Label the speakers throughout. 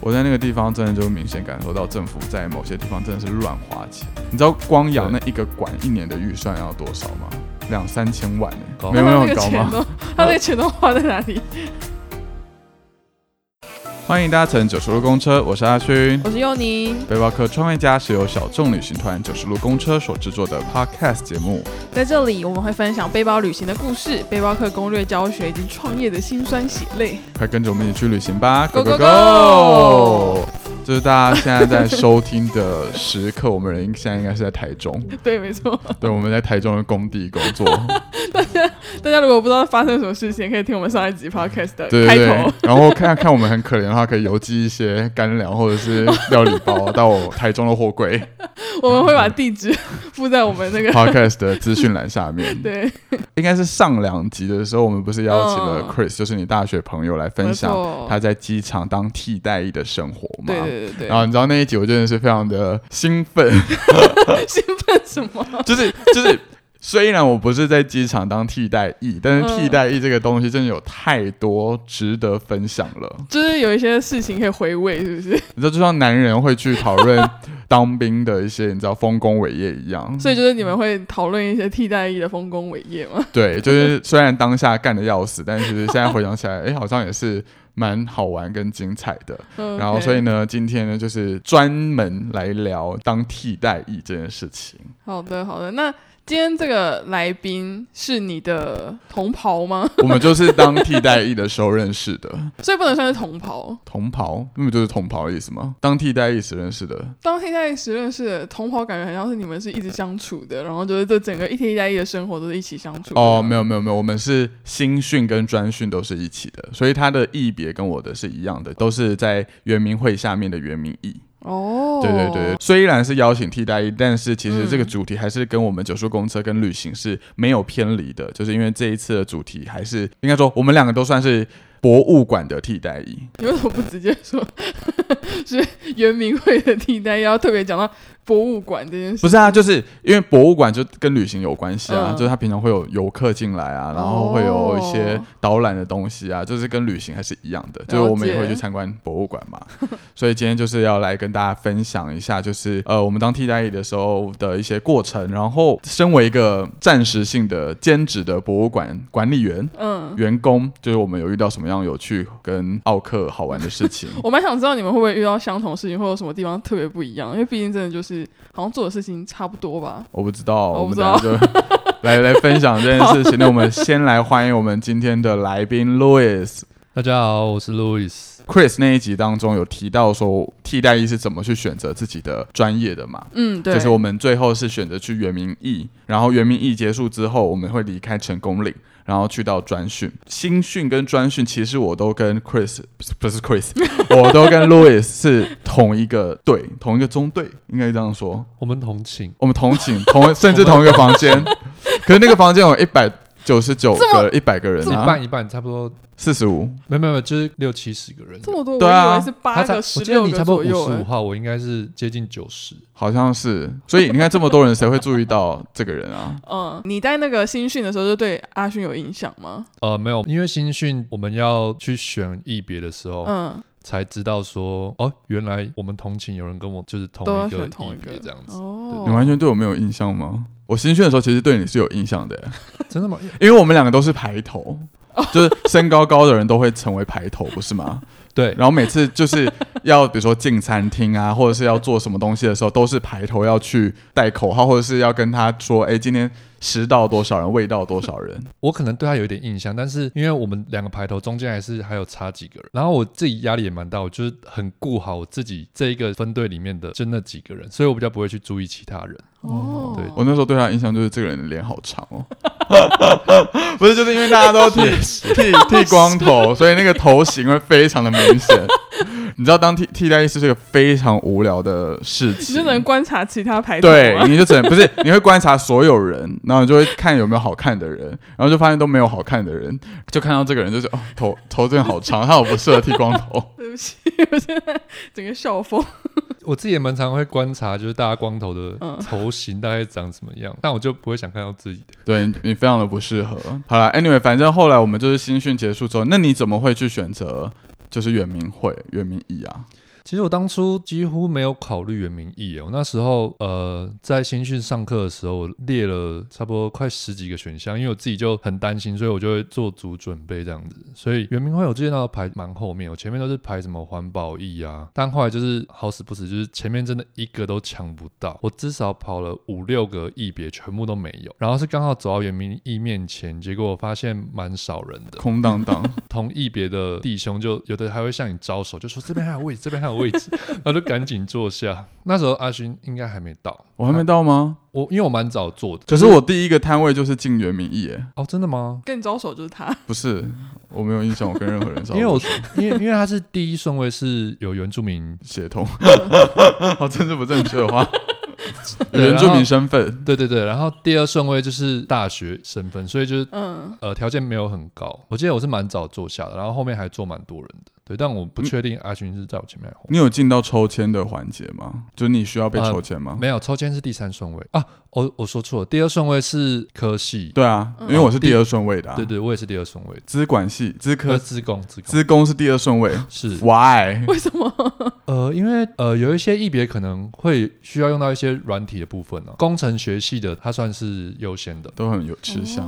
Speaker 1: 我在那个地方真的就明显感受到政府在某些地方真的是乱花钱。你知道光养那一个馆一年的预算要多少吗？两三千万、欸，
Speaker 2: 高
Speaker 1: 没有没有
Speaker 3: 那
Speaker 1: 很
Speaker 3: 个
Speaker 1: 高
Speaker 3: 钱
Speaker 1: 吗？
Speaker 3: 都，他那个钱都花在哪里？
Speaker 1: 欢迎搭乘九十路公车，我是阿勋。
Speaker 3: 我是佑宁，
Speaker 1: 背包客创业家是由小众旅行团九十路公车所制作的 podcast 节目。
Speaker 3: 在这里我们会分享背包旅行的故事、背包客攻略教学以及创业的辛酸血泪。
Speaker 1: 快跟着我们一起去旅行吧
Speaker 3: Go,
Speaker 1: go
Speaker 3: go,
Speaker 1: go！这是大家现在在收听的时刻，我们人现在应该是在台 中，
Speaker 3: 对，没错。
Speaker 1: 对，我们在台中的工地工作，
Speaker 3: 大家如果不知道发生什么事情，可以听我们上一集 podcast 的
Speaker 1: 对对
Speaker 3: 开
Speaker 1: 对
Speaker 3: 头。。
Speaker 1: 然后看看我们很可怜的话，可以邮寄一些干粮或者是料理包到我台中的货柜
Speaker 3: 我们会把地址附在我们那个
Speaker 1: podcast 的资讯栏下面。
Speaker 3: 对，
Speaker 1: 应该是上两集的时候，我们不是邀请了
Speaker 3: 嗯
Speaker 1: Chris，就是你大学朋友来分享
Speaker 3: 没错
Speaker 1: 他在机场当替代役的生活嘛？
Speaker 3: 对对对
Speaker 1: 然后你知道那一集我真的是非常的兴奋，
Speaker 3: 对，兴奋 什么？
Speaker 1: 就是就是，虽然我不是在机场当替代役，但
Speaker 3: 嗯
Speaker 1: 是替代役这个东西真的有太多值得分享了。
Speaker 3: 就是有一些事情可以回味，是不是？
Speaker 1: 你知道，就像男人会去讨 论当兵的一些你知道丰功伟业一样，
Speaker 3: 所以就是你们会讨论一些替代役的丰功伟业吗？
Speaker 1: 对，就是虽然当下干的要死，但是现在回想起来，哎、好像也是蛮好玩跟精彩的。
Speaker 3: 嗯
Speaker 1: 然后，
Speaker 3: ，OK
Speaker 1: 所以呢，今天呢，就是专门来聊当替代役这件事情。
Speaker 3: 好的，好的。那今天这个来宾是你的同袍吗？
Speaker 1: 我们就是当替代役的时候认识的。
Speaker 3: 所以不能算是同袍。
Speaker 1: 同袍，那不就是同袍的意思吗？当替代役时认识的，
Speaker 3: 当替代役时认识的同袍，感觉很像是你们是一直相处的，然后就是这整个一替代役的生活都是一起相处的。
Speaker 1: 哦，没有没有没有，我们是新训跟专训都是一起的，所以他的役别跟我的是一样的，都是在圆明会下面的圆明役。
Speaker 3: 哦，
Speaker 1: 对对 对，，虽然是邀请替代役，但是其实这个主题还是跟我们九叔公车跟旅行是没有偏离的，就是因为这一次的主题还是应该说我们两个都算是博物馆的替代役。
Speaker 3: 你为什么不直接说是圆明会的替代役，要特别讲到博物馆这件事？
Speaker 1: 不是啊，就是因为博物馆就跟旅行有关系啊，
Speaker 3: 嗯哦
Speaker 1: 就是它平常会有游客进来啊，然后会有一些导览的东西啊，就是跟旅行还是一样的，就是我们也会去参观博物馆嘛。 所以今天就是要来跟大家分享一下，就是呃我们当替代役的时候的一些过程，然后身为一个暂时性的兼职的博物馆管理员。
Speaker 3: 嗯，
Speaker 1: 员工就是我们有遇到什么样有趣跟奥克好玩的事情，
Speaker 3: 我蛮想知道你们会不会遇到相同事情，或有什么地方特别不一样？因为毕竟真的就是好像做的事情差不多吧。
Speaker 1: 我不知道，
Speaker 3: 哦我
Speaker 1: 我
Speaker 3: 不
Speaker 1: 们
Speaker 3: 知
Speaker 1: 等
Speaker 3: 道
Speaker 1: 下就 来来分享这件事情。那我们先来欢迎我们今天的来宾 Louis。
Speaker 2: 大家好，我是 Louis。
Speaker 1: Chris 那一集当中有提到说，替代役是怎么去选择自己的专业的嘛？
Speaker 3: 嗯，对，
Speaker 1: 就是我们最后是选择去圆明义，然后圆明义结束之后，我们会离开成功岭，然后去到专训、新训跟专训。其实我都跟 Chris 不是不是 Chris，我都跟 Louis 是同一个队，同一个中队，应该这样说。
Speaker 2: 我们同寝，
Speaker 1: 我们同寝同 甚至同一个房 间，可是那个房间有一百九十九
Speaker 3: 这
Speaker 1: 个一百个人
Speaker 2: 一
Speaker 1: 啊
Speaker 2: 半，一半，差不多，
Speaker 1: 四十五
Speaker 2: 没有没有，没有就是六七十个人。
Speaker 3: 这么多，我
Speaker 1: 对啊
Speaker 3: 以为是八
Speaker 2: 他才，
Speaker 3: 个、
Speaker 2: 我
Speaker 3: 十
Speaker 2: 记得
Speaker 3: 六
Speaker 2: 你
Speaker 3: 个
Speaker 2: 差不多
Speaker 3: 左
Speaker 2: 五
Speaker 3: 右
Speaker 2: 十
Speaker 3: 欸
Speaker 2: 五。号，我应该是接近九十。
Speaker 1: 好像是，所以你看这么多人，谁会注意到这个人啊？
Speaker 3: 嗯，你在那个新训的时候就对阿勋有印象吗？
Speaker 2: 呃，没有，因为新训我们要去选役别的时候，
Speaker 3: 嗯，
Speaker 2: 才知道说，哦，原来我们同寝有人跟我就是同
Speaker 3: 都要
Speaker 2: 一个
Speaker 3: 选同
Speaker 2: 役
Speaker 3: 一个
Speaker 2: 别这样子。
Speaker 3: 哦，
Speaker 1: 你完全对我没有印象吗？我新训的时候其实对你是有印象的、
Speaker 2: 真的吗？
Speaker 1: 因为我们两个都是排头，
Speaker 3: 哦
Speaker 1: 就是身高高的人都会成为排头，不是吗？
Speaker 2: 对，
Speaker 1: 然后每次就是要比如说进餐厅啊，或者是要做什么东西的时候，都是排头要去带口号，或者是要跟他说，哎、今天食到多少人，味道多少人。
Speaker 2: 我可能对他有一点印象，但是因为我们两个排头中间还是还有差几个人，然后我自己压力也蛮大，我就是很顾好我自己这一个分队里面的就那几个人，所以我比较不会去注意其他人。
Speaker 3: 哦，
Speaker 2: 对
Speaker 1: 我那时候对他的印象就是这个人的脸好长哦， 不是，就是因为大家 都剃剃剃光头，所以那个头型会非常的明显。 你知道当替替代役是这个非常无聊的事
Speaker 3: 你
Speaker 1: 情，
Speaker 3: 就能观察其他排头啊
Speaker 1: 对
Speaker 3: 吗，
Speaker 1: 你就只能不是你会观察所有人，然后你就会看有没有好看的人，然后就发现都没有好看的人，就看到这个人就是哦头头真的好长，他好不适合剃光头。
Speaker 3: 对不起，我现在整个笑疯。
Speaker 2: 我自己也蛮常会观察，就是大家光头的
Speaker 3: 嗯
Speaker 2: 头型大概长什么样，但我就不会想看到自己的。
Speaker 1: 对你你非常的不适合。好了，anyway，反正后来我们就是新训结束之后，那你怎么会去选择就是原民会、原民义啊。
Speaker 2: 其实我当初几乎没有考虑原名义耶，我那时候呃在新训上课的时候我列了差不多快十几个选项，因为我自己就很担心，所以我就会做足准备这样子。所以原名会我之前那个排蛮后面，我前面都是排什么环保义啊，但后来就是好死不死，就是前面真的一个都抢不到，我至少跑了五六个义别，全部都没有。然后是刚好走到原名义面前，结果我发现蛮少人的，
Speaker 1: 空荡荡。
Speaker 2: 同义别的弟兄就有的还会向你招手，就说这边还有位置，这边还有。位置，然后就赶紧坐下。那时候阿勋应该还没到，
Speaker 1: 我还没到吗？
Speaker 2: 我因为我蛮早做的，
Speaker 1: 可是我第一个摊位就是晋源名义耶。
Speaker 2: 哦，真的吗？
Speaker 3: 跟你招手就是他，
Speaker 1: 不是，我没有印象，我跟任 何人招手。
Speaker 2: 因为我因为因为他是第一顺位是有原住民
Speaker 1: 血统， 好政治不正确的话，有原住民身份，
Speaker 2: 对对对。然后第二顺位就是大学身份，所以就是嗯呃条件没有很高。我记得我是蛮早坐下的，然后后面还坐蛮多人的。对，但我不确定阿勋是在我前面还是后面。
Speaker 1: 你有进到抽签的环节吗？就是你需要被抽签吗？
Speaker 2: 呃没有，抽签是第三顺位啊。我我说错了，第二顺位是科系。
Speaker 1: 对啊，因为我是第二顺位的。
Speaker 2: 哦
Speaker 1: 啊
Speaker 2: 对对，我也是第二顺位。
Speaker 1: 资管系、资科、
Speaker 2: 资工、资
Speaker 1: 资工是第二顺位。
Speaker 2: 是
Speaker 1: ，why？
Speaker 3: 为什么？
Speaker 2: 呃，因为呃，有一些异别可能会需要用到一些软体的部分呢。工程学系的，它算是优先的。
Speaker 1: 都很有吃香。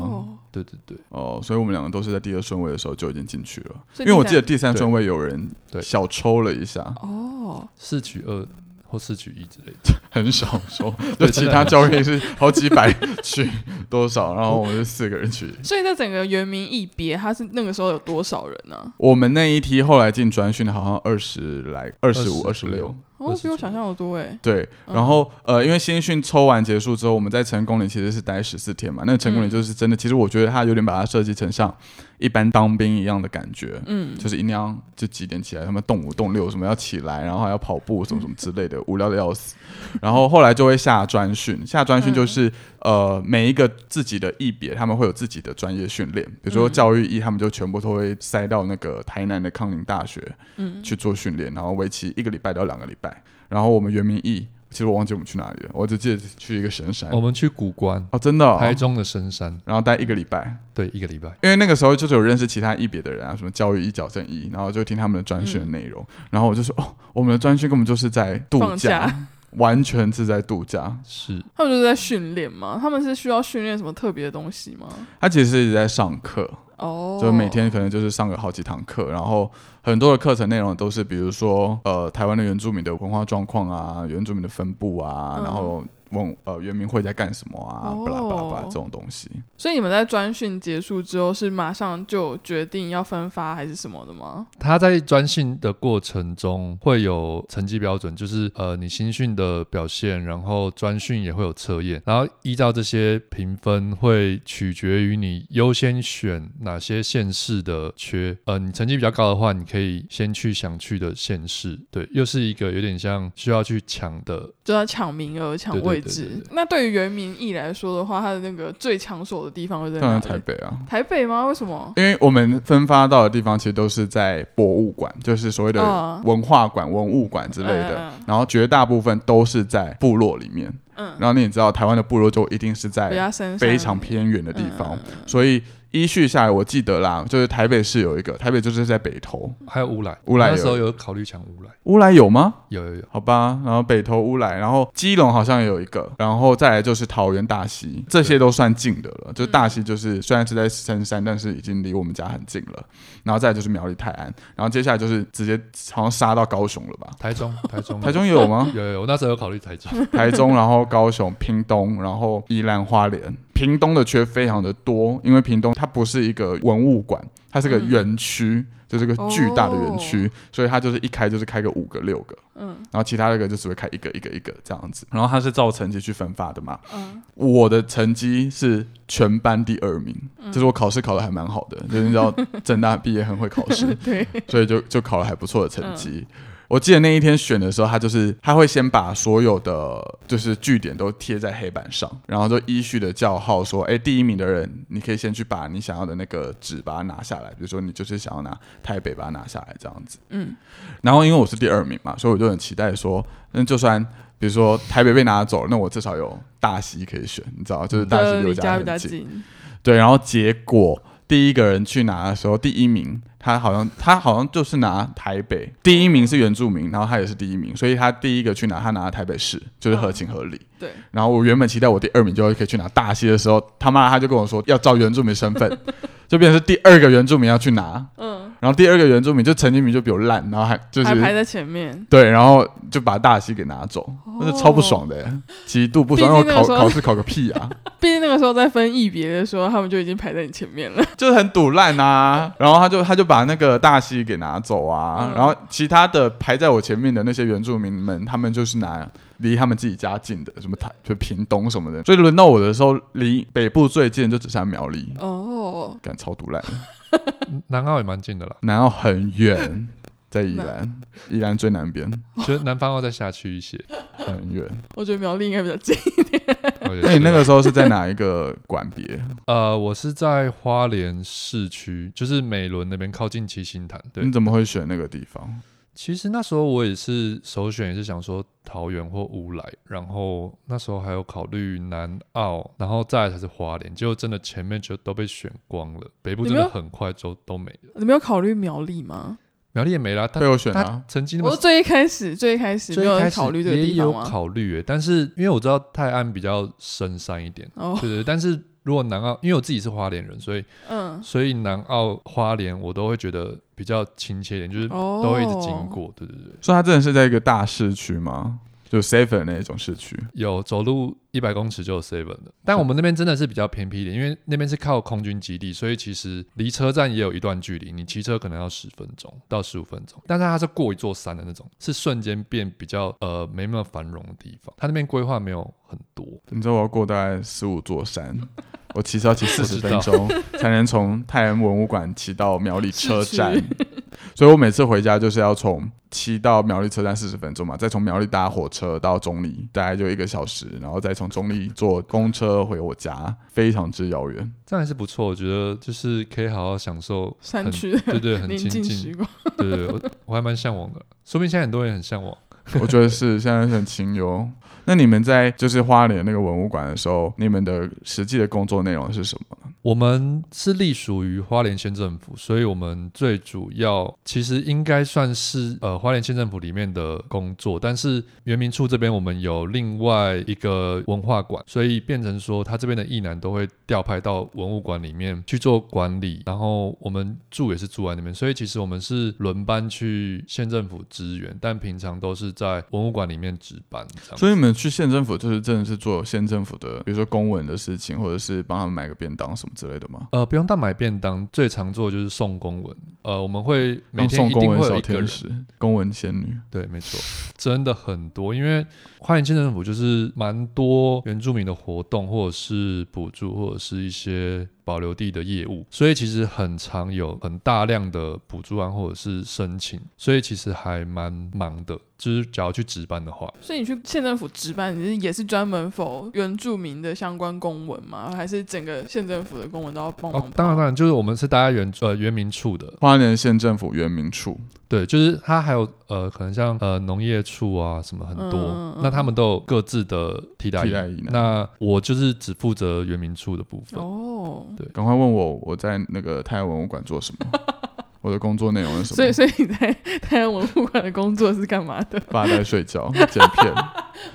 Speaker 2: 对对对。
Speaker 1: 哦，所以我们两个都是在第二顺位的时候就已经进去了，
Speaker 3: 所
Speaker 1: 因为
Speaker 3: 以第
Speaker 1: 我记得
Speaker 3: 三
Speaker 1: 第三顺
Speaker 2: 对
Speaker 1: 位有人
Speaker 2: 对
Speaker 1: 小抽了一 下，
Speaker 3: 哦，
Speaker 2: 四取二或四取一之类的。
Speaker 1: 很少抽，就
Speaker 2: 对
Speaker 1: 其
Speaker 2: 真的
Speaker 1: 他
Speaker 2: 很
Speaker 1: 教练是好几百 取多少，然后我们是四个人取。
Speaker 3: 所以在整个原名一别，他是那个时候有多少人呢、
Speaker 1: 我们那一批后来进专训的好像二十来、二十五、二十
Speaker 2: 26
Speaker 1: 六，
Speaker 3: 哦，比我想象的多哎。
Speaker 1: 对，然后、呃，因为新训抽完结束之后，我们在成功岭其实是待十四天嘛。那成功岭就是真的，其实我觉得他有点把它设计成像一般当兵一样的感觉，
Speaker 3: 嗯，
Speaker 1: 就是一定要就几点起来，他们动五动六什么要起来，然后还要跑步什么什么之类的，无聊的要死。然后后来就会下专训，下专训就是、
Speaker 2: 嗯
Speaker 1: 呃每一个自己的一别，他们会有自己的专业训练，比如说教育一，他们就全部都会塞到那个台南的康宁大学，嗯，去做训练，然后为期一个礼拜到两个礼拜。然后我们原名义，其实我忘记我们去哪里了，我只记得去一个神山
Speaker 2: 我们去古关，
Speaker 1: 哦，真的、哦，
Speaker 2: 台中的深山，
Speaker 1: 然后待一个礼拜，
Speaker 2: 对，一个礼拜。
Speaker 1: 因为那个时候就是有认识其他一别的人啊，什么教育一矫正一，然后就听他们的专训的内容，然后我就说哦，我们的专训根本就是在度
Speaker 3: 嗯放
Speaker 1: 假，
Speaker 3: 假
Speaker 1: 完全是在度假。
Speaker 2: 是，
Speaker 3: 他们就是在训练吗？他们是需要训练什么特别的东西吗？
Speaker 1: 他其实一直在上课，
Speaker 3: 哦，
Speaker 1: 就每天可能就是上个好几堂课，然后很多的课程内容都是比如说呃台湾的原住民的文化状况啊，原住民的分布啊，
Speaker 3: 嗯
Speaker 1: 然后问呃原民会在干什么啊，
Speaker 3: 哦
Speaker 1: 巴拉巴拉巴拉这种东西。
Speaker 3: 所以你们在专训结束之后，是马上就决定要分发还是什么的吗？
Speaker 2: 他在专训的过程中会有成绩标准，就是呃你新训的表现，然后专训也会有测验，然后依照这些评分会取决于你优先选哪些县市的缺。呃，你成绩比较高的话，你可以先去想去的县市。对，又是一个有点像需要去抢的
Speaker 3: 就要抢名额、抢
Speaker 2: 对对
Speaker 3: 位
Speaker 2: 对
Speaker 3: 置。
Speaker 2: 对对
Speaker 3: 那对于原民义来说的话，他的那个最抢手的地方会在
Speaker 1: 当
Speaker 3: 哪
Speaker 1: 然
Speaker 3: 里？
Speaker 1: 台北啊，
Speaker 3: 台北吗？为什么？
Speaker 1: 因为我们分发到的地方其实都是在博物馆，就是所谓的
Speaker 3: 嗯
Speaker 1: 文化馆、文物馆之类的，
Speaker 3: 嗯嗯嗯
Speaker 1: 然后绝大部分都是在部落里面。
Speaker 3: 嗯
Speaker 1: 然后你也知道，台湾的部落就一定是
Speaker 3: 比较
Speaker 1: 在
Speaker 3: 深山
Speaker 1: 非常偏远的地方，
Speaker 3: 嗯
Speaker 1: 所以依序下来，我记得啦，就是台北市有一个，台北就是在北投，
Speaker 3: 嗯
Speaker 2: 还有乌来，
Speaker 1: 乌来
Speaker 2: 那
Speaker 1: 有
Speaker 2: 时候有考虑抢乌来，
Speaker 1: 乌来有吗？
Speaker 2: 有有有，
Speaker 1: 好吧，然后北投乌来，然后基隆好像也有一个，然后再来就是桃园大溪，这些都算近的
Speaker 3: 嗯
Speaker 1: 了。就大溪就是虽然是在深山，但是已经离我们家很近了。然后再来就是苗栗泰安，然后接下来就是直接好像杀到高雄了吧？
Speaker 2: 台 中台
Speaker 3: 嗯
Speaker 2: 中
Speaker 1: 台中也有吗？
Speaker 2: 有有有，我那时候有考虑台中。
Speaker 1: 台中，然后高雄、屏东，然后宜兰花莲。屏东的缺非常的多，因为屏东它不是一个文物馆，它是个园区，就是个巨大的园区，所以它就是一开就是开个五个六个，嗯，然后其他那个就只会开一个一个一个这样子。然后它是照成绩去分发的嘛，
Speaker 3: 嗯，
Speaker 1: 我的成绩是全班第二名，就是我考试考的还蛮好的，就是你知道正大毕业很会考试，
Speaker 3: 对，嗯
Speaker 1: 所以就就考了还不错的成绩。我记得那一天选的时候，他就是他会先把所有的就是据点都贴在黑板上，然后就依序的叫号说，哎，第一名的人，你可以先去把你想要的那个纸把它拿下来，比如说你就是想要拿台北把它拿下来这样子。
Speaker 3: 嗯，
Speaker 1: 然后因为我是第二名嘛，所以我就很期待说，那就算比如说台北被拿走了，那我至少有大溪可以选，你知道，就是大溪
Speaker 3: 就
Speaker 1: 离我
Speaker 3: 离
Speaker 1: 家
Speaker 3: 家
Speaker 1: 很
Speaker 3: 比较
Speaker 1: 近。
Speaker 3: 近，
Speaker 1: 对，然后结果第一个人去拿的时候，第一名他好像他好像就是拿台北第一名是原住民，然后他也是第一名，所以他第一个去拿，他拿台北市，就是合情合理。
Speaker 3: 对，
Speaker 1: 然后我原本期待我第二名就可以去拿大溪的时候，他妈他就跟我说要照原住民身份， 就变成是第二个原住民要去拿，
Speaker 3: 嗯，
Speaker 1: 然后第二个原住民就陈金明就比我烂，然后还就
Speaker 3: 还排
Speaker 1: 是
Speaker 3: 在前面。
Speaker 1: 对，然后就把大溪给拿走， 那是超不爽的欸，极度不爽，
Speaker 3: 毕
Speaker 1: 让我
Speaker 3: 竟那个
Speaker 1: 考
Speaker 3: 时候
Speaker 1: 考试考个屁啊！
Speaker 3: 哦 毕竟那个时候在分异别的时候，他们就已经排在你前面了。
Speaker 1: 就是很堵烂啊，然后他就他就把那个大西给拿走啊，
Speaker 3: 嗯
Speaker 1: 然后其他的排在我前面的那些原住民们，他们就是拿离他们自己家近的，什么台就屏东什么的，所以轮到我的时候，离北部最近就只剩苗栗，
Speaker 3: 哦，
Speaker 1: 感超堵烂，
Speaker 2: 南澳也蛮近的啦，
Speaker 1: 南澳很远，在宜 兰，宜兰最南边
Speaker 2: 觉得南方澳再下 去一些。
Speaker 1: 很远。
Speaker 3: 我觉得苗栗应该比较近。
Speaker 2: 我哦也
Speaker 1: 那你
Speaker 2: 是
Speaker 1: 那个时候是在哪一个馆 别？
Speaker 2: 呃，我是在花莲市区，就是美伦那边靠近七星潭。对，
Speaker 3: 嗯
Speaker 1: 你怎么会选那个地方？
Speaker 2: 其实那时候我也是首选，也是想说桃园或乌来，然后那时候还有考虑南澳，然后再来才是花莲。结果真的前面就都被选光了，北部
Speaker 3: 你
Speaker 2: 真
Speaker 3: 没
Speaker 2: 的
Speaker 3: 有
Speaker 2: 很快就都没了，
Speaker 3: 你没有考虑苗栗吗？
Speaker 2: 苗栗也没了。
Speaker 1: 被
Speaker 2: 他
Speaker 1: 我选啊
Speaker 2: 他！成绩那
Speaker 3: 我
Speaker 2: 么
Speaker 3: 说最一开始，最一开始没
Speaker 2: 最一开
Speaker 3: 有
Speaker 2: 始
Speaker 3: 考虑这个
Speaker 2: 也
Speaker 3: 地方
Speaker 2: 有
Speaker 3: 啊吗？
Speaker 2: 考虑欸，但是因为我知道泰安比较深山一点，
Speaker 3: 哦，
Speaker 2: 对对。但是如果南澳，因为我自己是花莲人，所以
Speaker 3: 嗯，
Speaker 2: 所以南澳花莲我都会觉得比较亲切一点，就是
Speaker 3: 哦
Speaker 2: 都会一直经过。对对对，
Speaker 1: 所以它真的是在一个大市区吗？就 Seven 那种市区？
Speaker 2: 有走路一百公尺就有 seven 的。但我们那边真的是比较偏僻一点，因为那边是靠空军基地，所以其实离车站也有一段距离，你骑车可能要十分钟到十五分钟。但是它是过一座山的那种，是瞬间变比较呃没那么繁荣的地方。它那边规划没有很多，
Speaker 1: 你知道我要过大概十五座 山，我骑车要骑四十
Speaker 2: 知
Speaker 1: 分
Speaker 2: 道
Speaker 1: 钟才能从泰安文物馆骑到苗栗车站，所以我每次回家就是要从骑到苗栗车站四十分钟嘛，再从苗栗搭火车到中立，大概就一个小时，然后再从中立坐公车回我家，非常之遥远。
Speaker 2: 这样还是不错。我觉得就是可以好好享受
Speaker 3: 山
Speaker 2: 很
Speaker 3: 区
Speaker 2: 对对，很
Speaker 3: 临
Speaker 2: 亲
Speaker 3: 近
Speaker 2: 近
Speaker 3: 时光。
Speaker 2: 对对，对我我还蛮向往的，说不定现在很多人很向往。
Speaker 1: 我觉得是现在很清幽。那你们在就是花莲那个文物馆的时候，你们的实际的工作内容是什么？
Speaker 2: 我们是隶属于花莲县政府，所以我们最主要其实应该算是呃花莲县政府里面的工作，但是原民处这边我们有另外一个文化馆，所以变成说他这边的艺男都会调派到文物馆里面去做管理，然后我们住也是住在那边，所以其实我们是轮班去县政府支援，但平常都是在文物馆里面值班这样。
Speaker 1: 所以你们去县政府，就是真的是做县政府的，比如说公文的事情，或者是帮他们买个便当什么之类的吗？
Speaker 2: 呃，不用到买便当，最常做的就是送公文。呃，我们会每
Speaker 1: 然后
Speaker 2: 天
Speaker 1: 送
Speaker 2: 一
Speaker 1: 公
Speaker 2: 定会
Speaker 1: 文
Speaker 2: 有
Speaker 1: 小
Speaker 2: 一个
Speaker 1: 天
Speaker 2: 人，
Speaker 1: 使、公文仙女，
Speaker 2: 对，没错，真的很多。因为花莲县政府就是蛮多原住民的活动，或者是补助，或者是一些保留地的业务，所以其实很常有很大量的补助啊案或者是申请，所以其实还蛮忙的。就是只要去值班的话，
Speaker 3: 所以你去县政府值班，你是也是专门否原住民的相关公文吗？还是整个县政府的公文都要帮忙
Speaker 2: 哦
Speaker 3: 跑、，
Speaker 2: 当然当然，就是我们是待在原呃原民处的，
Speaker 1: 花莲县政府原民处，
Speaker 2: 对，就是它还有呃，可能像呃农业处啊什么很多，
Speaker 3: 嗯嗯嗯
Speaker 2: 那他们都有各自的替代
Speaker 1: 替
Speaker 2: 役。
Speaker 1: 代役呢？
Speaker 2: 那我就是只负责原民处的部分。
Speaker 3: 哦，
Speaker 1: 赶快问我，我在那个太阳文物馆做什 么？我的工作内容是什么？
Speaker 3: 所以 所以你在太安文物馆的工作是干嘛的？
Speaker 1: 发呆睡觉剪片。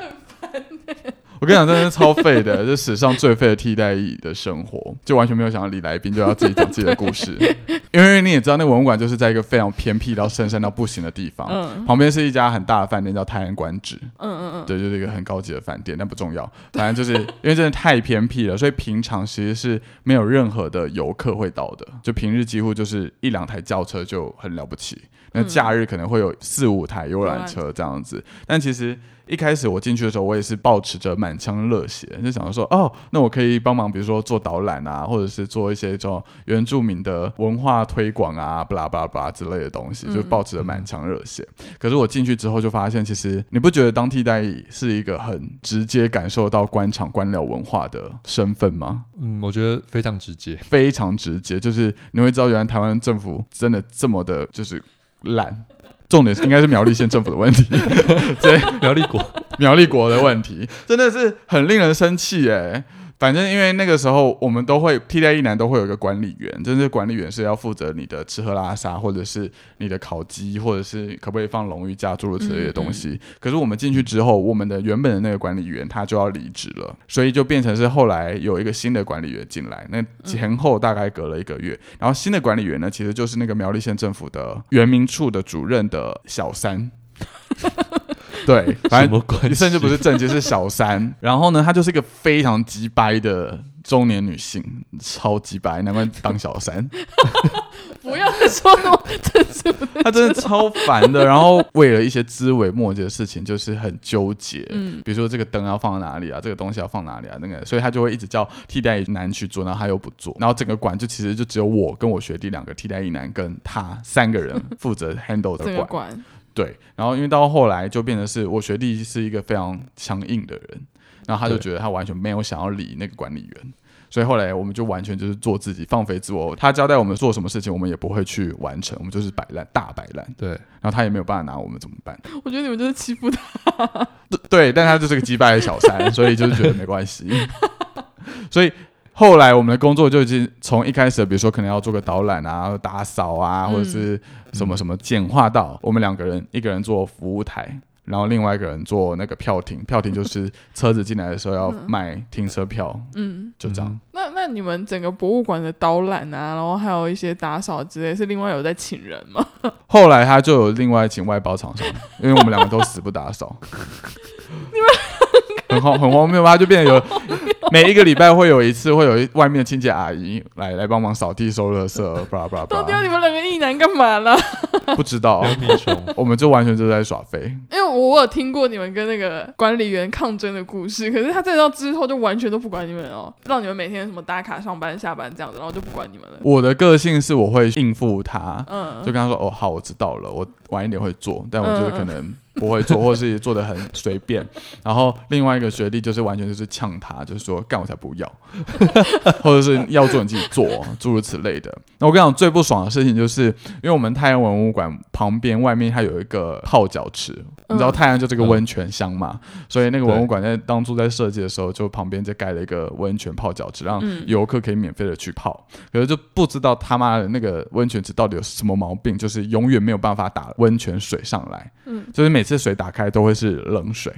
Speaker 1: 我跟你讲，真的是超废的，这史上最废的替代役的生活，就完全没有想到李来宾就要自己讲自己的故事， 因为你也知道，那个文物馆就是在一个非常偏僻到深山到不行的地方，
Speaker 3: 嗯
Speaker 1: 旁边是一家很大的饭店叫泰安官址，
Speaker 3: 嗯嗯嗯，
Speaker 1: 对，就是一个很高级的饭店，但不重要。反正就是因为真的太偏僻了，所以平常其实是没有任何的游客会到的，就平日几乎就是一两台轿车就很了不起。那
Speaker 3: 嗯
Speaker 1: 假日可能会有四五台游览车这样子，但其实一开始我进去的时候，我也是抱持着满腔热血，就想着说，哦，那我可以帮忙，比如说做导览啊，或者是做一些这种原住民的文化推广啊，巴拉巴拉巴拉之类的东西，就
Speaker 3: 嗯
Speaker 1: 抱持着满腔热血。可是我进去之后就发现，其实你不觉得当替代役是一个很直接感受到官场官僚文化的身份吗？
Speaker 2: 嗯，我觉得非常直接。
Speaker 1: 非常直接，就是你会知道，原来台湾政府真的这么的，就是烂。重点是应该是苗栗县政府的问题，
Speaker 2: 苗栗国
Speaker 1: 苗栗国的问题，真的是很令人生气哎、反正因为那个时候我们都会替代一男都会有一个管理员，就是管理员是要负责你的吃喝拉撒，或者是你的烤鸡，或者是可不可以放龙鱼架诸如此类的东西。可是我们进去之后，我们的原本的那个管理员他就要离职了，所以就变成是后来有一个新的管理员进来，那前后大概隔了一个月。然后新的管理员呢，其实就是那个苗栗县政府的原民处的主任的小三。对， 反
Speaker 2: 什
Speaker 1: 正
Speaker 2: 么关系？
Speaker 1: 甚至不是正经，是小 三。然后呢，她就是一个非常鸡掰的中年女性，超鸡掰，难怪当小 三。
Speaker 3: 不要再说那么政治不
Speaker 1: 她真的超烦的。然后为了一些枝微末节的事情，就是很纠结。
Speaker 3: 嗯
Speaker 1: 比如说这个灯要放哪里啊，这个东西要放哪里啊，那个，所以她就会一直叫替代役男去做，然后她又不做，然后整个馆就其实就只有我跟我学弟两个替代役男跟她三个人负责 handle 的
Speaker 3: 这个
Speaker 1: 馆。
Speaker 3: 管，
Speaker 1: 对，然后因为到后来就变成是我学弟是一个非常强硬的人，然后他就
Speaker 2: 对
Speaker 1: 觉得他完全没有想要理那个管理员，所以后来我们就完全就是做自己，放飞自我。他交代我们做什么事情，我们也不会去完成，我们就是摆烂，大摆烂。
Speaker 2: 对，
Speaker 1: 然后他也没有办法拿我们怎么办。
Speaker 3: 我觉得你们就是欺负他，
Speaker 1: 对，但他就是个击败的小三，所以就是觉得没关系。 所以后来我们的工作就已经从一开始，比如说可能要做个导览啊、打扫啊，
Speaker 3: 嗯
Speaker 1: 或者是什么什么，简化到我们两个人，一个人做服务台。然后另外一个人做那个票亭，票亭就是车子进来的时候要卖停车票，
Speaker 3: 嗯。
Speaker 1: 就这样。
Speaker 3: 那那你们整个博物馆的导览啊，然后还有一些打扫之类，是另外有在请人吗？
Speaker 1: 后来他就有另外请外包厂商，因为我们两个都死不打扫。 很荒很荒谬吧？就变得有每一个礼拜会有一次，会有一外面的清洁阿姨来来帮忙扫地、收垃圾，巴拉巴拉
Speaker 3: 到
Speaker 1: 巴
Speaker 3: 底要
Speaker 1: 拉，
Speaker 3: 你们两个一男干嘛啦？
Speaker 1: 不知道
Speaker 2: 两，米虫，
Speaker 1: 我们就完全就在耍飞。
Speaker 3: 因为我有听过你们跟那个管理员抗争的故事，可是他这到之后就完全都不管你们哦，让你们每天什么打卡上班、下班这样子，然后就不管你们了。
Speaker 1: 我的个性是我会应付他，就
Speaker 3: 嗯，
Speaker 1: 跟他说：“哦，好，我知道了，我晚一点会做，但我就是可能不会 做，或是做的很随便。”然后另外一个学弟就是完全就是呛他，就是说：“干我才不 要，或者是要做你自己做，诸如此类的。”那我跟你讲，最不爽的事情就是，因为我们太阳文物馆旁边外面它有一个泡脚池，你知道
Speaker 3: 嗯
Speaker 1: 太阳就是个温泉乡嘛，所以那个文物馆在当初在设计的时候，就旁边就盖了一个温泉泡脚池，让
Speaker 3: 嗯
Speaker 1: 游客可以免费的去泡。可是就不知道他妈的那个温泉池到底有什么毛病，就是永远没有办法打温泉水上来，
Speaker 3: 嗯
Speaker 1: 就是每次水打开都会是冷水，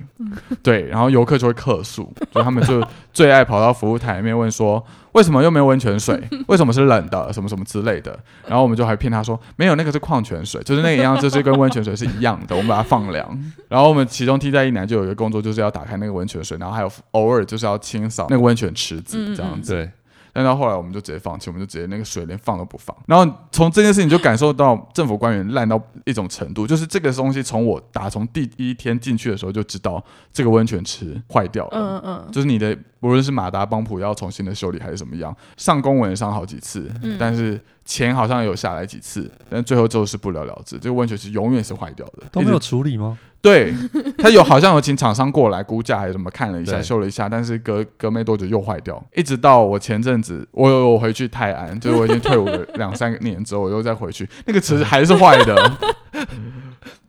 Speaker 1: 对，然后游客就会客诉，就他们就最爱跑到服务台里面问说，为什么又没有温泉 水，为什么是冷的，什么什么之类的，然后我们就还骗他说，没有那个是矿泉水，就是那个一样，就是跟温泉水是一样的，我们把它放凉。然后我们其中替代一男就有一个工作，就是要打开那个温泉水，然后还有偶尔就是要清扫那个温泉池
Speaker 3: 嗯嗯
Speaker 1: 子这样子。
Speaker 2: 对，
Speaker 1: 但到后来我们就直接放弃，我们就直接那个水连放都不放。然后从这件事情就感受到政府官员烂到一种程度，就是这个东西从我打从第一天进去的时候就知道这个温泉池坏掉了。
Speaker 3: 嗯嗯
Speaker 1: 就是你的，无论是马达帮浦要重新的修理还是怎么样，上公文上好几次，
Speaker 3: 嗯
Speaker 1: 但是钱好像有下来几次，但最后就是不了了之。这个温泉池永远是坏掉的，
Speaker 2: 都
Speaker 1: 一
Speaker 2: 没
Speaker 1: 直
Speaker 2: 有处理吗？
Speaker 1: 对， 他有好像有请厂商过来估价还是什么，看了一下，
Speaker 2: 对
Speaker 1: 修了一下，但是隔隔没多久又坏掉，一直到我前阵子我有我回去泰安，就是我已经退伍了两三个年之后，我又再回去，那个池还是坏 的，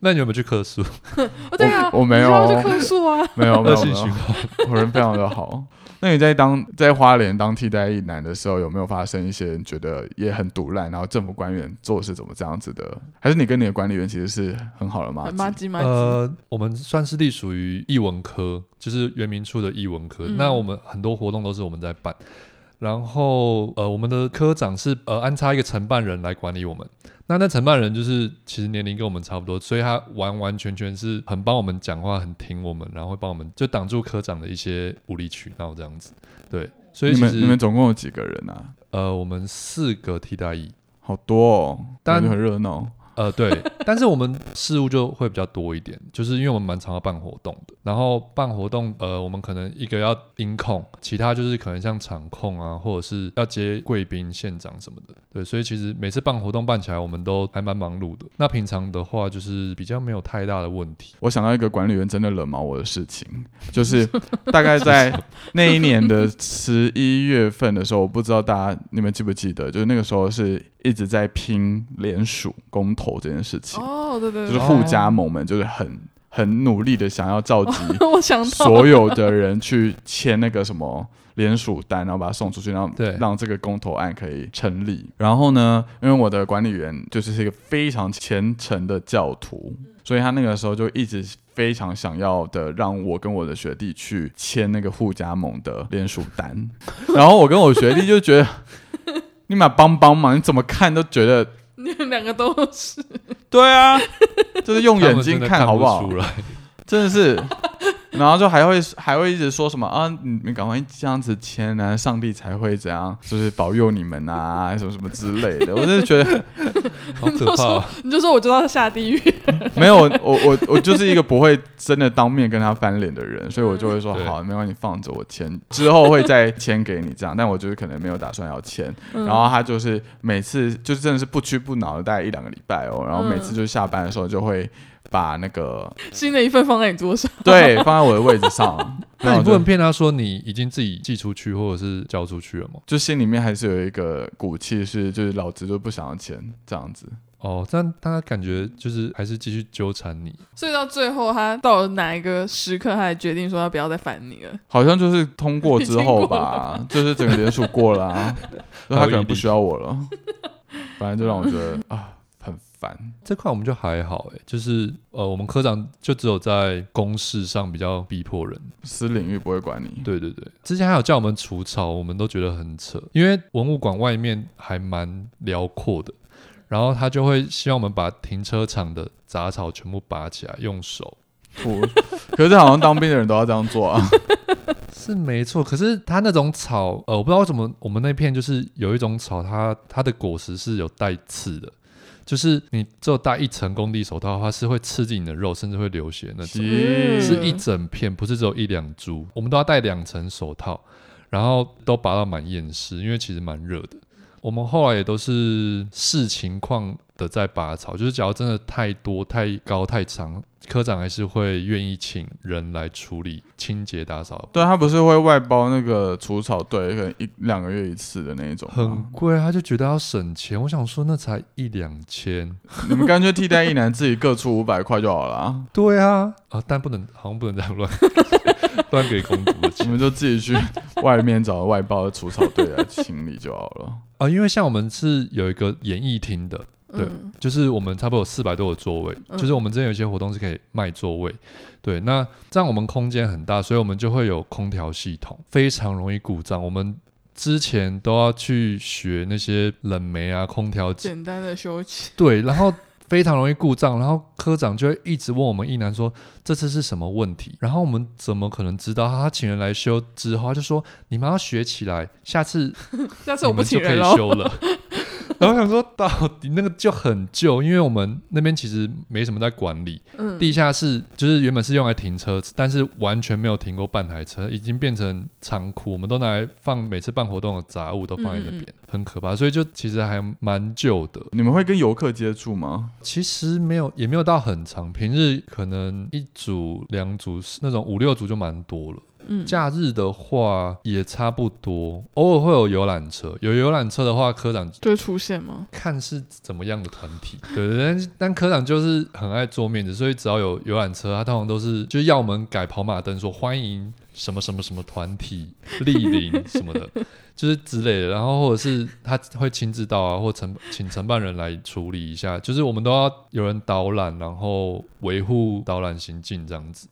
Speaker 2: 那你有没有去客诉？
Speaker 3: 嗯，哦对啊，
Speaker 1: 我我没有
Speaker 3: 你要去客诉 啊。
Speaker 1: 没有没
Speaker 2: 恶
Speaker 1: 有没
Speaker 2: 性循
Speaker 1: 有，
Speaker 2: 环，
Speaker 1: 我人非常的好。那你在当在花莲当替代役男的时候，有没有发生一些你觉得也很毒烂，然后政府官员做事怎么这样子的？还是你跟你的管理员其实是很好的吗？
Speaker 3: 妈鸡妈鸡，
Speaker 2: 呃，我们算是隶属于艺文科，就是原民处的艺文科。
Speaker 3: 嗯
Speaker 2: 那我们很多活动都是我们在办，然后呃，我们的科长是呃安插一个承办人来管理我们。那那承办人就是其实年龄跟我们差不多，所以他完完全全是很帮我们讲话，很听我们，然后会帮我们就挡住科长的一些无理取闹这样子。对，所以
Speaker 1: 你
Speaker 2: 其
Speaker 1: 们
Speaker 2: 实
Speaker 1: 你们总共有几个人啊？
Speaker 2: 呃，我们四个替代役，
Speaker 1: 好多哦，感
Speaker 2: 但
Speaker 1: 觉很热闹。
Speaker 2: 呃，对，但是我们事务就会比较多一点，就是因为我们蛮常要办活动的。然后办活动，呃，我们可能一个要音控，其他就是可能像场控啊，或者是要接贵宾、县长什么的。对，所以其实每次办活动办起来，我们都还蛮忙碌的。那平常的话，就是比较没有太大的问题。
Speaker 1: 我想到一个管理员真的惹毛我的事情，就是大概 在那一年的十一月份的时候，我不知道大家你们记不记得，就是那个时候是一直在拼联署公投这件事情，
Speaker 3: 哦对对
Speaker 1: 就是
Speaker 3: 对，
Speaker 1: 互加盟们就是很很努力的想要召集
Speaker 3: 我想到
Speaker 1: 所有的人去签那个什么联署单，然后把它送出去，然后
Speaker 2: 对
Speaker 1: 让这个公投案可以成立。然后呢，因为我的管理员就是是一个非常虔诚的教徒，所以他那个时候就一直非常想要的让我跟我的学弟去签那个互加盟的联署单。 然后我跟我学弟就觉得， 你妈帮帮忙，你怎么看都觉得
Speaker 3: 你们两个都是，
Speaker 1: 对啊，就是用
Speaker 2: 他
Speaker 1: 眼
Speaker 2: 们
Speaker 1: 睛
Speaker 2: 真的
Speaker 1: 看
Speaker 2: 看
Speaker 1: 好
Speaker 2: 不
Speaker 1: 好？
Speaker 2: 出来
Speaker 1: 真的是。 然后就还会还会一直说什么啊，你们赶快这样子签啊，上帝才会怎样，就是保佑你们啊，什么什么之类的。我就觉得
Speaker 2: 好可怕哦、
Speaker 3: 你就说我就要下地狱，
Speaker 1: 没有，我我我就是一个不会真的当面跟他翻脸的人，所以我就会说
Speaker 2: 对
Speaker 1: 好，没关系，放着我签，之后会再签给你这样。但我就是可能没有打算要签。然后他就是每次就真的是不屈不挠的，大概一两个礼拜哦。然后每次就下班的时候就会把那个
Speaker 3: 新的一份放在你桌上，
Speaker 1: 对放在我的位置上。
Speaker 2: 那
Speaker 1: 然
Speaker 2: 你
Speaker 1: 后
Speaker 2: 不
Speaker 1: 就
Speaker 2: 能骗他说你已经自己寄出去或者是交出去了吗？
Speaker 1: 就心里面还是有一个骨气，是就是老子就不想要钱这样子。
Speaker 2: 哦，但但他感觉就是还是继续纠缠你，
Speaker 3: 所以到最后他到了哪一个时刻，他才决定说他不要再烦你了。
Speaker 1: 好像就是通过之后
Speaker 3: 已
Speaker 1: 吧，就是整个联署过了、啊，就他可能不需要我了，反正就让我觉得啊很烦。
Speaker 2: 这块我们就还好哎、就是呃，我们科长就只有在公事上比较逼迫人。
Speaker 1: 私领域不会管你，
Speaker 2: 对对对，之前还有叫我们除草，我们都觉得很扯，因为文物馆外面还蛮辽阔的，然后他就会希望我们把停车场的杂草全部拔起来，用手。
Speaker 1: 不，可是好像当兵的人都要这样做啊。
Speaker 2: 是没错，可是它那种草，呃，我不知道为什么我们那片就是有一种草，它它的果实是有带刺的，就是你只有戴一层工地手套的话，是会刺进你的肉，甚至会流血那 种。
Speaker 1: 咦
Speaker 2: 是嗯一整片，不是只有一两株，我们都要戴两层手套，然后都拔到满眼湿，因为其实蛮热的。我们后来也都是视情况的在拔草，就是假如真的太多、太高、太长，科长还是会愿意请人来处理清洁打扫。
Speaker 1: 对他不是会外包那个除草队，可能一两个月一次的那一种
Speaker 2: 很
Speaker 1: 吗。
Speaker 2: 贵，他就觉得要省钱。我想说，那才一两千，
Speaker 1: 你们干脆替代一男自己各出五百块就好了啊，
Speaker 2: 对啊，啊，但不能，好像不能再乱 乱给公读的钱
Speaker 1: 你。们就自己去外面找外包的除草队来清理就好了。
Speaker 2: 啊，因为像我们是有一个演艺厅的，对，
Speaker 3: 嗯
Speaker 2: 就是我们差不多有四百多个座位，
Speaker 3: 嗯
Speaker 2: 就是我们之前有一些活动是可以卖座位，对，那这样我们空间很大，所以我们就会有空调系统，非常容易故障，我们。之前都要去学那些冷媒啊、空调技
Speaker 3: 简单的休息，
Speaker 2: 对，然后非常容易故障，然后科长就会一直问我们一男说这次是什么问题，然后我们怎么可能知道他？他请人来修之后，他就说你们要学起来，下次
Speaker 3: 下次
Speaker 2: 我
Speaker 3: 我不
Speaker 2: 们就
Speaker 3: 请
Speaker 2: 可
Speaker 3: 人
Speaker 2: 以
Speaker 3: 了。
Speaker 2: 修了。 然后想说，到底那个就很旧，因为我们那边其实没什么在管理，
Speaker 3: 嗯，
Speaker 2: 地下室就是原本是用来停车，但是完全没有停过半台车，已经变成仓库，我们都拿来放每次办活动的杂物都放在那边，
Speaker 3: 嗯
Speaker 2: 很可怕，所以就其实还蛮旧的。
Speaker 1: 你们会跟游客接触吗？
Speaker 2: 其实没有，也没有到很长，平日可能一组、两组那种五六组就蛮多了。
Speaker 3: 嗯
Speaker 2: 假日的话也差不多，偶尔会有游览车。有游览车的话，科长
Speaker 3: 就会出现吗？
Speaker 2: 看是怎么样的团体，对，但但科长就是很爱做面子，所以只要有游览车，他通常都是就是要我们改跑马灯，说欢迎什么什么什么团体莅临什么的， 就是之类的。然后或者是他会亲自到啊，或承请承办人来处理一下，就是我们都要有人导览，然后维护导览行径这样子。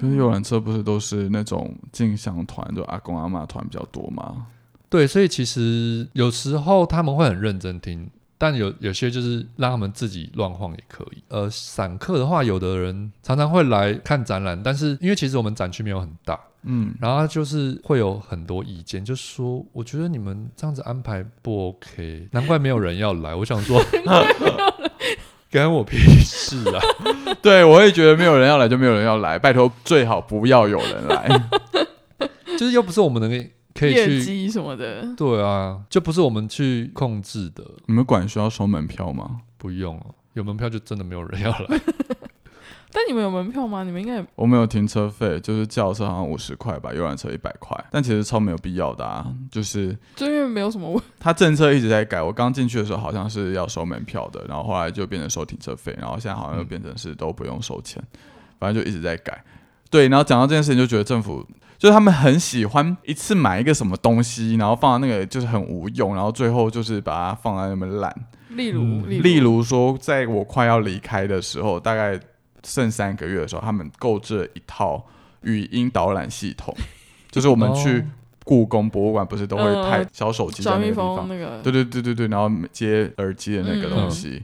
Speaker 1: 可是游览车不是都是那种进香团，就阿公阿嬷团比较多吗？
Speaker 2: 对，所以其实有时候他们会很认真听，但有有些就是让他们自己乱晃也可以。呃，散客的话，有的人常常会来看展览，但是因为其实我们展区没有很大，
Speaker 1: 嗯，
Speaker 2: 然后他就是会有很多意见，就说我觉得你们这样子安排不 OK，难怪没有人要来。我想说， 干我屁事啊！
Speaker 1: 对，我也觉得没有人要来就没有人要来，拜托最好不要有人来。
Speaker 2: 就是又不是我们能可以
Speaker 3: 业
Speaker 2: 去。
Speaker 3: 绩什么的，
Speaker 2: 对啊，就不是我们去控制的，
Speaker 1: 你们馆需要收门票吗？
Speaker 2: 不用哦、有门票就真的没有人要来。
Speaker 3: 但你们有门票吗？你们应该也
Speaker 1: 我们有停车费，就是轿车好像五十块吧，游览车一百块，但其实超没有必要的啊。就是
Speaker 3: 就因为没有什么问，
Speaker 1: 它政策一直在改，我刚进去的时候好像是要收门票的，然后后来就变成收停车费，然后现在好像又变成是都不用收钱。反正就一直在改。对，然后讲到这件事情，就觉得政府就是他们很喜欢一次买一个什么东西，然后放在那个就是很无用，然后最后就是把它放在那么烂。
Speaker 3: 例如，
Speaker 2: 嗯
Speaker 1: 例
Speaker 3: 例
Speaker 1: 如说，在我快要离开的时候，大概剩三个月的时候，他们购置了一套语音导览系统，就是我们去
Speaker 2: 哦
Speaker 1: 故宫博物馆不是都会
Speaker 3: 嗯
Speaker 1: 派小手机在
Speaker 3: 小
Speaker 1: 那个
Speaker 3: 蜜
Speaker 1: 地方
Speaker 3: 蜂，那个，
Speaker 1: 对对对对对，然后接耳机的那个东西。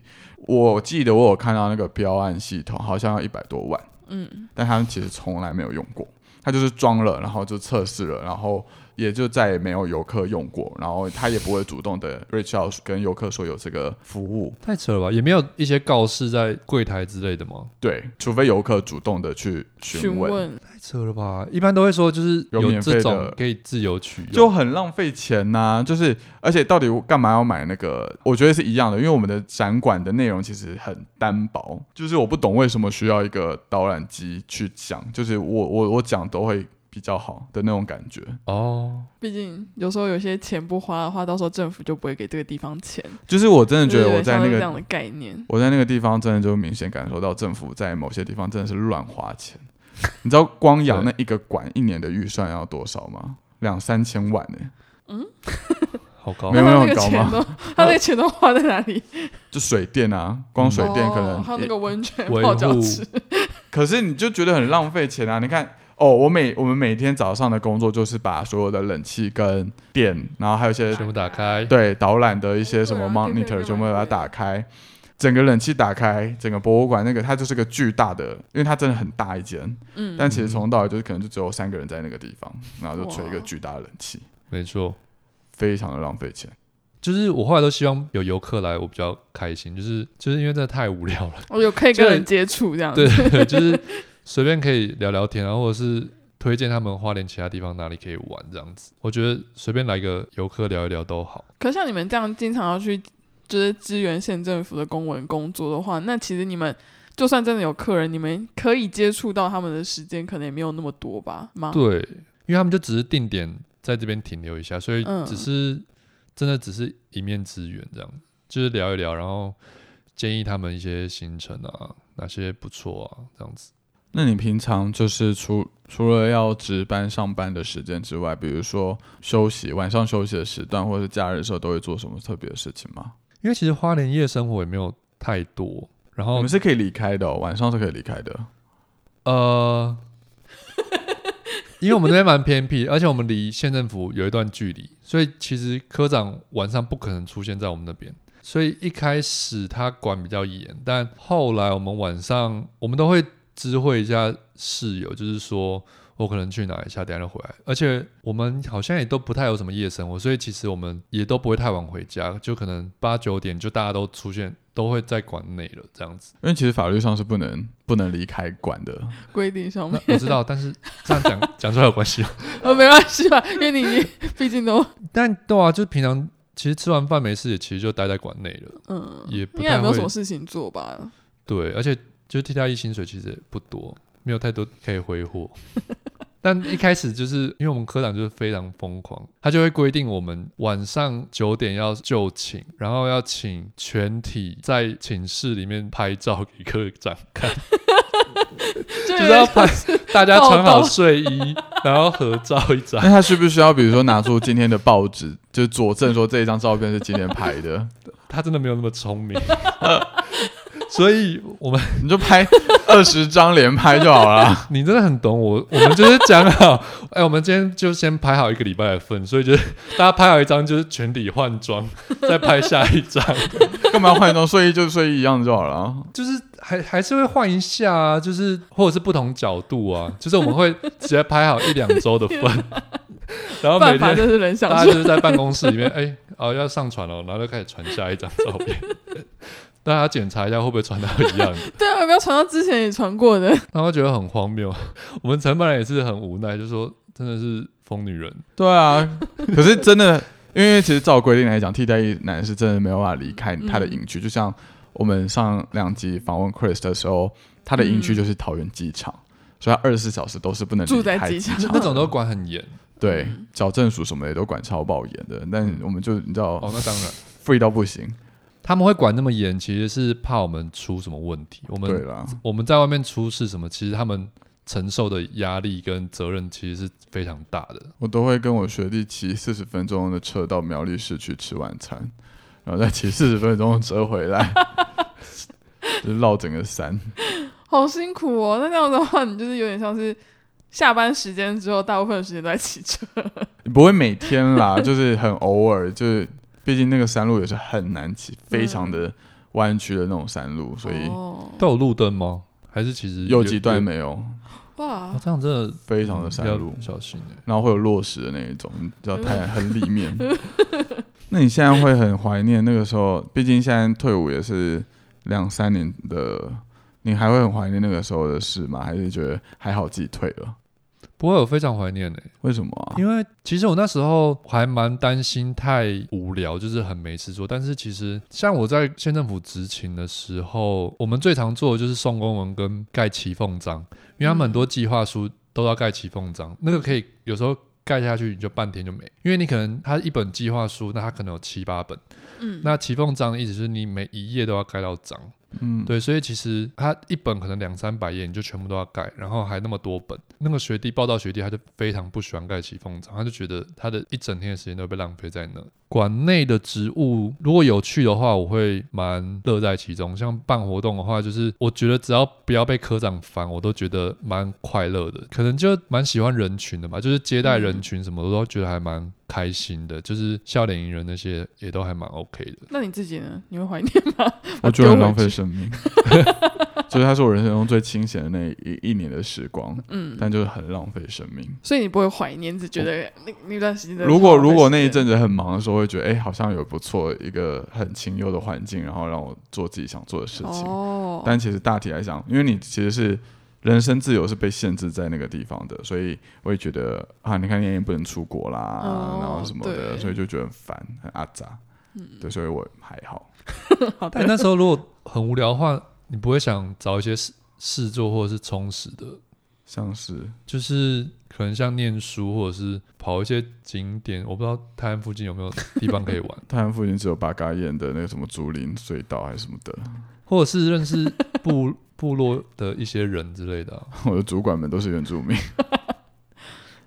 Speaker 1: 我记得我有看到那个标案系统，好像要一百多万，
Speaker 3: 嗯，
Speaker 1: 但他们其实从来没有用过。他就是装了，然后就测试了，然后也就再也没有游客用过，然后他也不会主动的 reach out 跟游客说有这个服务，
Speaker 2: 太扯了吧？也没有一些告示在柜台之类的吗？
Speaker 1: 对，除非游客主动的去询
Speaker 3: 询
Speaker 1: 问，
Speaker 3: 问
Speaker 2: 太扯了吧？一般都会说就是
Speaker 1: 有
Speaker 2: 有
Speaker 1: 免费
Speaker 2: 这种
Speaker 1: 的
Speaker 2: 可以自由取用，
Speaker 1: 就很浪费钱呐、就是，而且到底我干嘛要买那个？我觉得是一样的，因为我们的展馆的内容其实很单薄，就是我不懂为什么需要一个导览机去讲，就是我我我讲都会比较好的那种感觉。
Speaker 2: 哦，
Speaker 3: 毕竟有时候有些钱不花的话，到时候政府就不会给这个地方钱。
Speaker 1: 就是我真的觉
Speaker 3: 对
Speaker 1: 得
Speaker 3: 对
Speaker 1: 我在那
Speaker 3: 像是这
Speaker 1: 个
Speaker 3: 样的概念，
Speaker 1: 我在那个地方真的就明显感受到政府在某些地方真的是乱花钱。你知道光养那一个馆一年的预算要多少吗？两三千万呢、
Speaker 2: 好高
Speaker 1: 没有
Speaker 3: 那哦他
Speaker 1: 很
Speaker 3: 那个
Speaker 1: 高
Speaker 3: 钱
Speaker 1: 吗
Speaker 3: 都，他那个钱都花在哪里？
Speaker 1: 就水电啊，光 水电可能、
Speaker 3: 哦还有那个温泉
Speaker 2: 维
Speaker 3: 泡脚
Speaker 2: 护
Speaker 3: 池，
Speaker 1: 可是你就觉得很浪费钱啊！你看，哦，我每我们每天早上的工作就是把所有的冷气跟电，然后还有一些
Speaker 2: 全部打开，
Speaker 1: 对导览的一些什么
Speaker 3: 对啊对对
Speaker 1: monitor
Speaker 3: 对
Speaker 1: 全部把它打开，整个冷气打开，整个博物馆那个它就是个巨大的，因为它真的很大一间，
Speaker 3: 嗯，
Speaker 1: 但其实从头到尾就是可能就只有三个人在那个地方，然后就吹一个
Speaker 3: 哇
Speaker 1: 巨大的冷气，
Speaker 2: 没错。
Speaker 1: 非常的浪费钱。
Speaker 2: 就是我后来都希望有游客来，我比较开心。就是就是因为真的太无 聊了，
Speaker 3: 我有可以跟
Speaker 2: 这
Speaker 3: 人接触这样子
Speaker 2: 对，，就是随便可以聊聊天啊，或者是推荐他们花莲其他地方哪里可以玩这样子。我觉得随便来个游客聊一聊都好。
Speaker 3: 可是像你们这样经常要去就是支援县政府的公文工作的话，那其实你们就算真的有客人，你们可以接触到他们的时间可能也没有那么多吧？吗？
Speaker 2: 对，因为他们就只是定点在这边停留一下，所以
Speaker 3: 嗯
Speaker 2: 只是、真的只是一面之缘这样，就是聊一聊，然后建议他们一些行程啊，哪些不错啊，这样子。
Speaker 1: 那你平常就是除除了要值班上班的时间之外，比如说休息晚上休息的时段，或者是假日的时候，都会做什么特别的事情吗？
Speaker 2: 因为其实花莲夜生活也没有太多，然
Speaker 1: 我
Speaker 2: 后
Speaker 1: 们是可以离开的、哦，晚上是可以离开的。
Speaker 2: 呃，因为我们那边蛮偏僻，而且我们离县政府有一段距离，所以其实科长晚上不可能出现在我们那边。所以一开始他管比较严，但后来我们晚上我们都会知会一下室友，就是说我可能去哪一下，等一下就回来。而且我们好像也都不太有什么夜生活，所以其实我们也都不会太晚回家，就可能八九点就大家都出现，都会在馆内了这样子。
Speaker 1: 因为其实法律上是不能不能离开馆的，
Speaker 3: 规定上面
Speaker 2: 那，我知道，但是这样讲讲出来有关系吗？
Speaker 3: 呃，没关系吧，因为你已经毕竟都
Speaker 2: 但对啊，就是平常其实吃完饭没事，也其实就待在馆内了，
Speaker 3: 嗯，
Speaker 2: 也不
Speaker 3: 应该也
Speaker 2: 太
Speaker 3: 没有什
Speaker 2: 会
Speaker 3: 么事情做吧？
Speaker 2: 对，而且就是替代役薪水其实也不多，没有太多可以挥霍。 但一开始就是因为我们科长就是非常疯狂，他就会规定我们晚上九点要就寝，然后要请全体在寝室里面拍照给科长看，
Speaker 3: 就
Speaker 2: 就
Speaker 3: 有
Speaker 2: 是要
Speaker 3: 点
Speaker 2: 拍大家
Speaker 3: 报
Speaker 2: 穿好
Speaker 3: 道
Speaker 2: 睡衣，然后合照一张
Speaker 1: 那。他需不需要比如说拿出今天的报纸，就是佐证说这一张照片是今天拍的？
Speaker 2: 他真的没有那么聪 明， 所以我们
Speaker 1: 你就拍二十张连拍就好了。
Speaker 2: 你真的很懂我，我们就是讲好， 哎、我们今天就先拍好一个礼拜的份，所以就是 大家拍好一张就是全体换装， 再拍下一张，
Speaker 1: 干嘛换一张睡衣就睡衣一样就好了啊？
Speaker 2: 就是还还是会换一下啊，就是或者是不同角度啊，就是我们会直接拍好一两周的 份，然后每
Speaker 3: 办法，
Speaker 2: 天
Speaker 3: 真是人想
Speaker 2: 大家
Speaker 3: 说，
Speaker 2: 就是在办公室里面，哎、哦要上传了，然后就开始传下一张照片， 大家检查一下会不会传到一样的。
Speaker 3: 对啊，有没有传到之前也传过的？
Speaker 2: 然后觉得很荒谬。我们承办人也是很无奈，就说真的是疯女人，
Speaker 1: 对 啊，可是真的，因为其实照规定来讲，替代役男是真的没有办法离开他的营
Speaker 2: 嗯
Speaker 1: 区，就像我们上两集访问 Chris 的时候，他的营区
Speaker 3: 嗯
Speaker 1: 就是桃园机场。所以他二十四小时都是不能
Speaker 3: 住
Speaker 1: 离
Speaker 3: 在
Speaker 1: 开
Speaker 3: 机场
Speaker 2: 那那种都管很严
Speaker 1: 对，矫正署什么的也都管超爆严的，但我们就你知道、
Speaker 2: 嗯哦。那当然，
Speaker 1: free 到不行，
Speaker 2: 他们会管那么严，其实是怕我们出什么问题。我
Speaker 1: 对
Speaker 2: 们
Speaker 1: 啦，
Speaker 2: 我们在外面出事什么，其实他们承受的压力跟责任其实是非常大的。
Speaker 1: 我都会跟我学弟骑四十分钟的车到苗栗市去吃晚餐，然后再骑四十分钟的车回 来，就是绕整个山。
Speaker 3: 好辛苦哦。那这样的话，你就是有点像是下班时间之后，大部分时间都在骑车。
Speaker 1: 不会每天啦，就是很偶尔，就是毕竟那个山路也是很难骑，非常的弯曲的那种山路，所以
Speaker 3: 哦、
Speaker 2: 都有路灯吗？还是其实
Speaker 1: 有几段没有，
Speaker 3: 哇
Speaker 2: 哦，，这样真的嗯
Speaker 1: 非常的山路
Speaker 2: 要，小心哎、
Speaker 1: 然后会有落石的那一种，你知道太阳很里面。那你现在会很怀念那个时候，毕竟现在退伍也是两三年的，你还会很怀念那个时候的事吗？还是觉得还好自己退了？
Speaker 2: 不会，我非常怀念哎、
Speaker 1: 为什么啊？
Speaker 2: 因为其实我那时候还蛮担心太无聊，就是很没事做。但是其实像我在县政府执勤的时候，我们最常做的就是送公文跟盖骑缝章，因为他们很多计划书都要盖骑缝章，那个可以有时候盖下去你就半天就没，因为你可能它一本计划书，那它可能有七八本，
Speaker 3: 嗯，
Speaker 2: 那骑缝章的意思是你每一页都要盖到章。
Speaker 1: 嗯，
Speaker 2: 对，所以其实他一本可能两三百页，你就全部都要盖，然后还那么多本。那个学弟报道学弟，他就非常不喜欢盖起风章，他就觉得他的一整天的时间都被浪费在那。馆内的植物如果有趣的话，我会蛮乐在其中。像办活动的话，就是我觉得只要不要被科长烦，我都觉得蛮快乐的。可能就蛮喜欢人群的嘛，就是接待人群什么，我都觉得还蛮开心的。就是笑脸迎人那些也都还蛮 OK 的。
Speaker 3: 那你自己呢？你会怀念吗？
Speaker 1: 我觉得很
Speaker 3: 啊丢回
Speaker 1: 浪费
Speaker 3: 去
Speaker 1: 生命， 就是它是我人生中最清闲的那一一年的时光，
Speaker 3: 嗯，
Speaker 1: 但就是很浪费生命。
Speaker 3: 所以你不会怀念，只觉得那那段时间真的
Speaker 1: 如果
Speaker 3: 超浪费
Speaker 1: 如果那
Speaker 3: 时
Speaker 1: 一
Speaker 3: 间
Speaker 1: 阵子很忙的时候，会觉得哎、诶好像有不错一个很清幽的环境，然后让我做自己想做的事情。
Speaker 3: 哦，
Speaker 1: 但其实大体来讲，因为你其实是人身自由是被限制在那个地方的，所以我也觉得啊，你看你也不能出国啦，
Speaker 3: 哦
Speaker 1: 然后什么的，
Speaker 3: 对嗯
Speaker 1: 所以就觉得很烦，很阿杂。对，所以我还好。
Speaker 2: 但那时候如果很无聊的话，你不会想找一些事事做或者是充实的，
Speaker 1: 像是
Speaker 2: 就是可能像念书或者是跑一些景点。我不知道泰安附近有没有地方可以玩，
Speaker 1: 泰安附近只有八嘎堰的那个什么竹林隧道还是什么的，
Speaker 2: 或者是认识部部落的一些人之类的啊、
Speaker 1: 我的主管们都是原住民。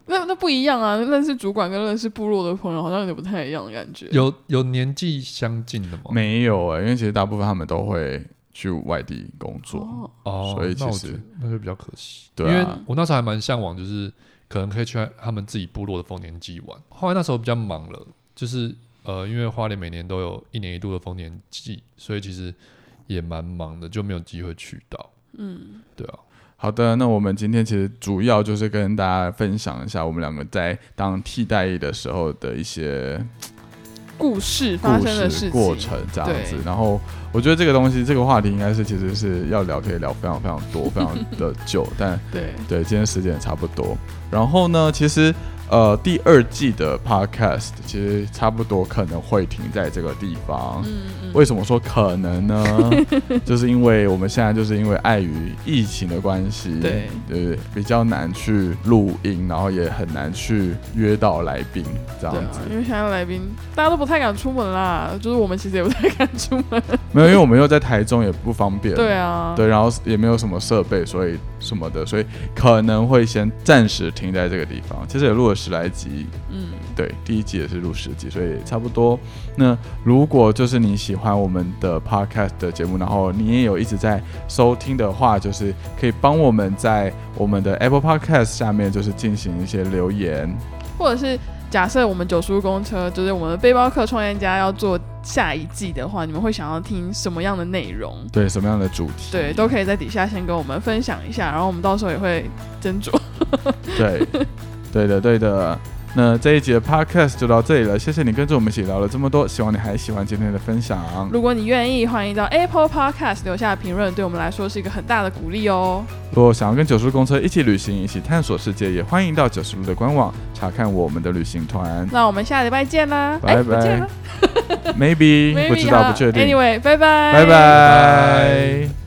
Speaker 3: 那那不一样啊，认识主管跟认识部落的朋友好像有点不太一样的感觉。哦
Speaker 2: 有有年纪相近的吗？
Speaker 1: 没有哎、因为其实大部分他们都会去外地工作。
Speaker 3: 哦，
Speaker 2: 哦，
Speaker 1: 所以
Speaker 2: 那我
Speaker 1: 其实
Speaker 2: 觉得那就比较可惜。
Speaker 1: 对啊
Speaker 2: 因为我那时候还蛮向往，就是可能可以去他们自己部落的丰年祭玩。后来那时候比较忙了，就是呃，因为花莲每年都有一年一度的丰年祭，所以其实也蛮忙的，就没有机会去到。
Speaker 3: 嗯，
Speaker 2: 对啊，
Speaker 1: 好的，那我们今天其实主要就是跟大家分享一下我们两个在当替代役的时候的一些
Speaker 3: 故事 发
Speaker 1: 故
Speaker 3: 生的
Speaker 1: 事
Speaker 3: 事
Speaker 1: 过
Speaker 3: 情，
Speaker 1: 程这样子
Speaker 3: 对。
Speaker 1: 然后我觉得这个东西，这个话题应该是其实是要聊可以聊非常非常多、非常的久，但
Speaker 3: 对，
Speaker 1: 对，今天时间也差不多。然后呢，其实呃第二季的 podcast 其实差不多可能会停在这个地方。
Speaker 3: 嗯嗯，
Speaker 1: 为什么说可能呢？ 就是因为我们现在就是因为碍于疫情的关系，
Speaker 3: 对
Speaker 1: 对对，比较难去录音，然后也很难去约到来宾这样
Speaker 3: 对
Speaker 1: 子
Speaker 3: 啊。，因为现在来宾大家都不太敢出门啦，就是我们其实也不太敢出门。
Speaker 1: 没有，因为我们又在台中，也不方便。
Speaker 3: 对啊，
Speaker 1: 对然后也没有什么设备，所以什么的，所以可能会先暂时停在这个地方。其实也录了十来集，
Speaker 3: 嗯，
Speaker 1: 对，第一集也是录十集，所以差不多。那如果就是你喜欢我们的 podcast 的节目，然后你也有一直在收听的话，就是可以帮我们在我们的 Apple Podcast 下面就是进行一些留言。
Speaker 3: 或者是假设我们九叔公车，就是我们的背包客创业家要做下一季的话，你们会想要听什么样的内容？
Speaker 1: 对，什么样的主题？
Speaker 3: 对，都可以在底下先跟我们分享一下，然后我们到时候也会斟 酌。
Speaker 1: 对，对的，对的。那这一集的 podcast 就到这里了，谢谢你跟着我们一起聊了这么多，希望你还喜欢今天的分享。
Speaker 3: 如果你愿意，欢迎到 Apple Podcast 留下评论，对我们来说是一个很大的鼓励哦。
Speaker 1: 如果想要跟九叔公车一起旅行，一起探索世界，也欢迎到九十路的官网查看我们的旅行团
Speaker 3: 那我们下礼拜见啦，
Speaker 1: 拜
Speaker 3: 哎不见
Speaker 1: 拜
Speaker 3: 了
Speaker 1: ，maybe
Speaker 3: Maybe
Speaker 1: 不知道
Speaker 3: 啊
Speaker 1: 不确定，
Speaker 3: Anyway，拜拜，
Speaker 1: 拜拜。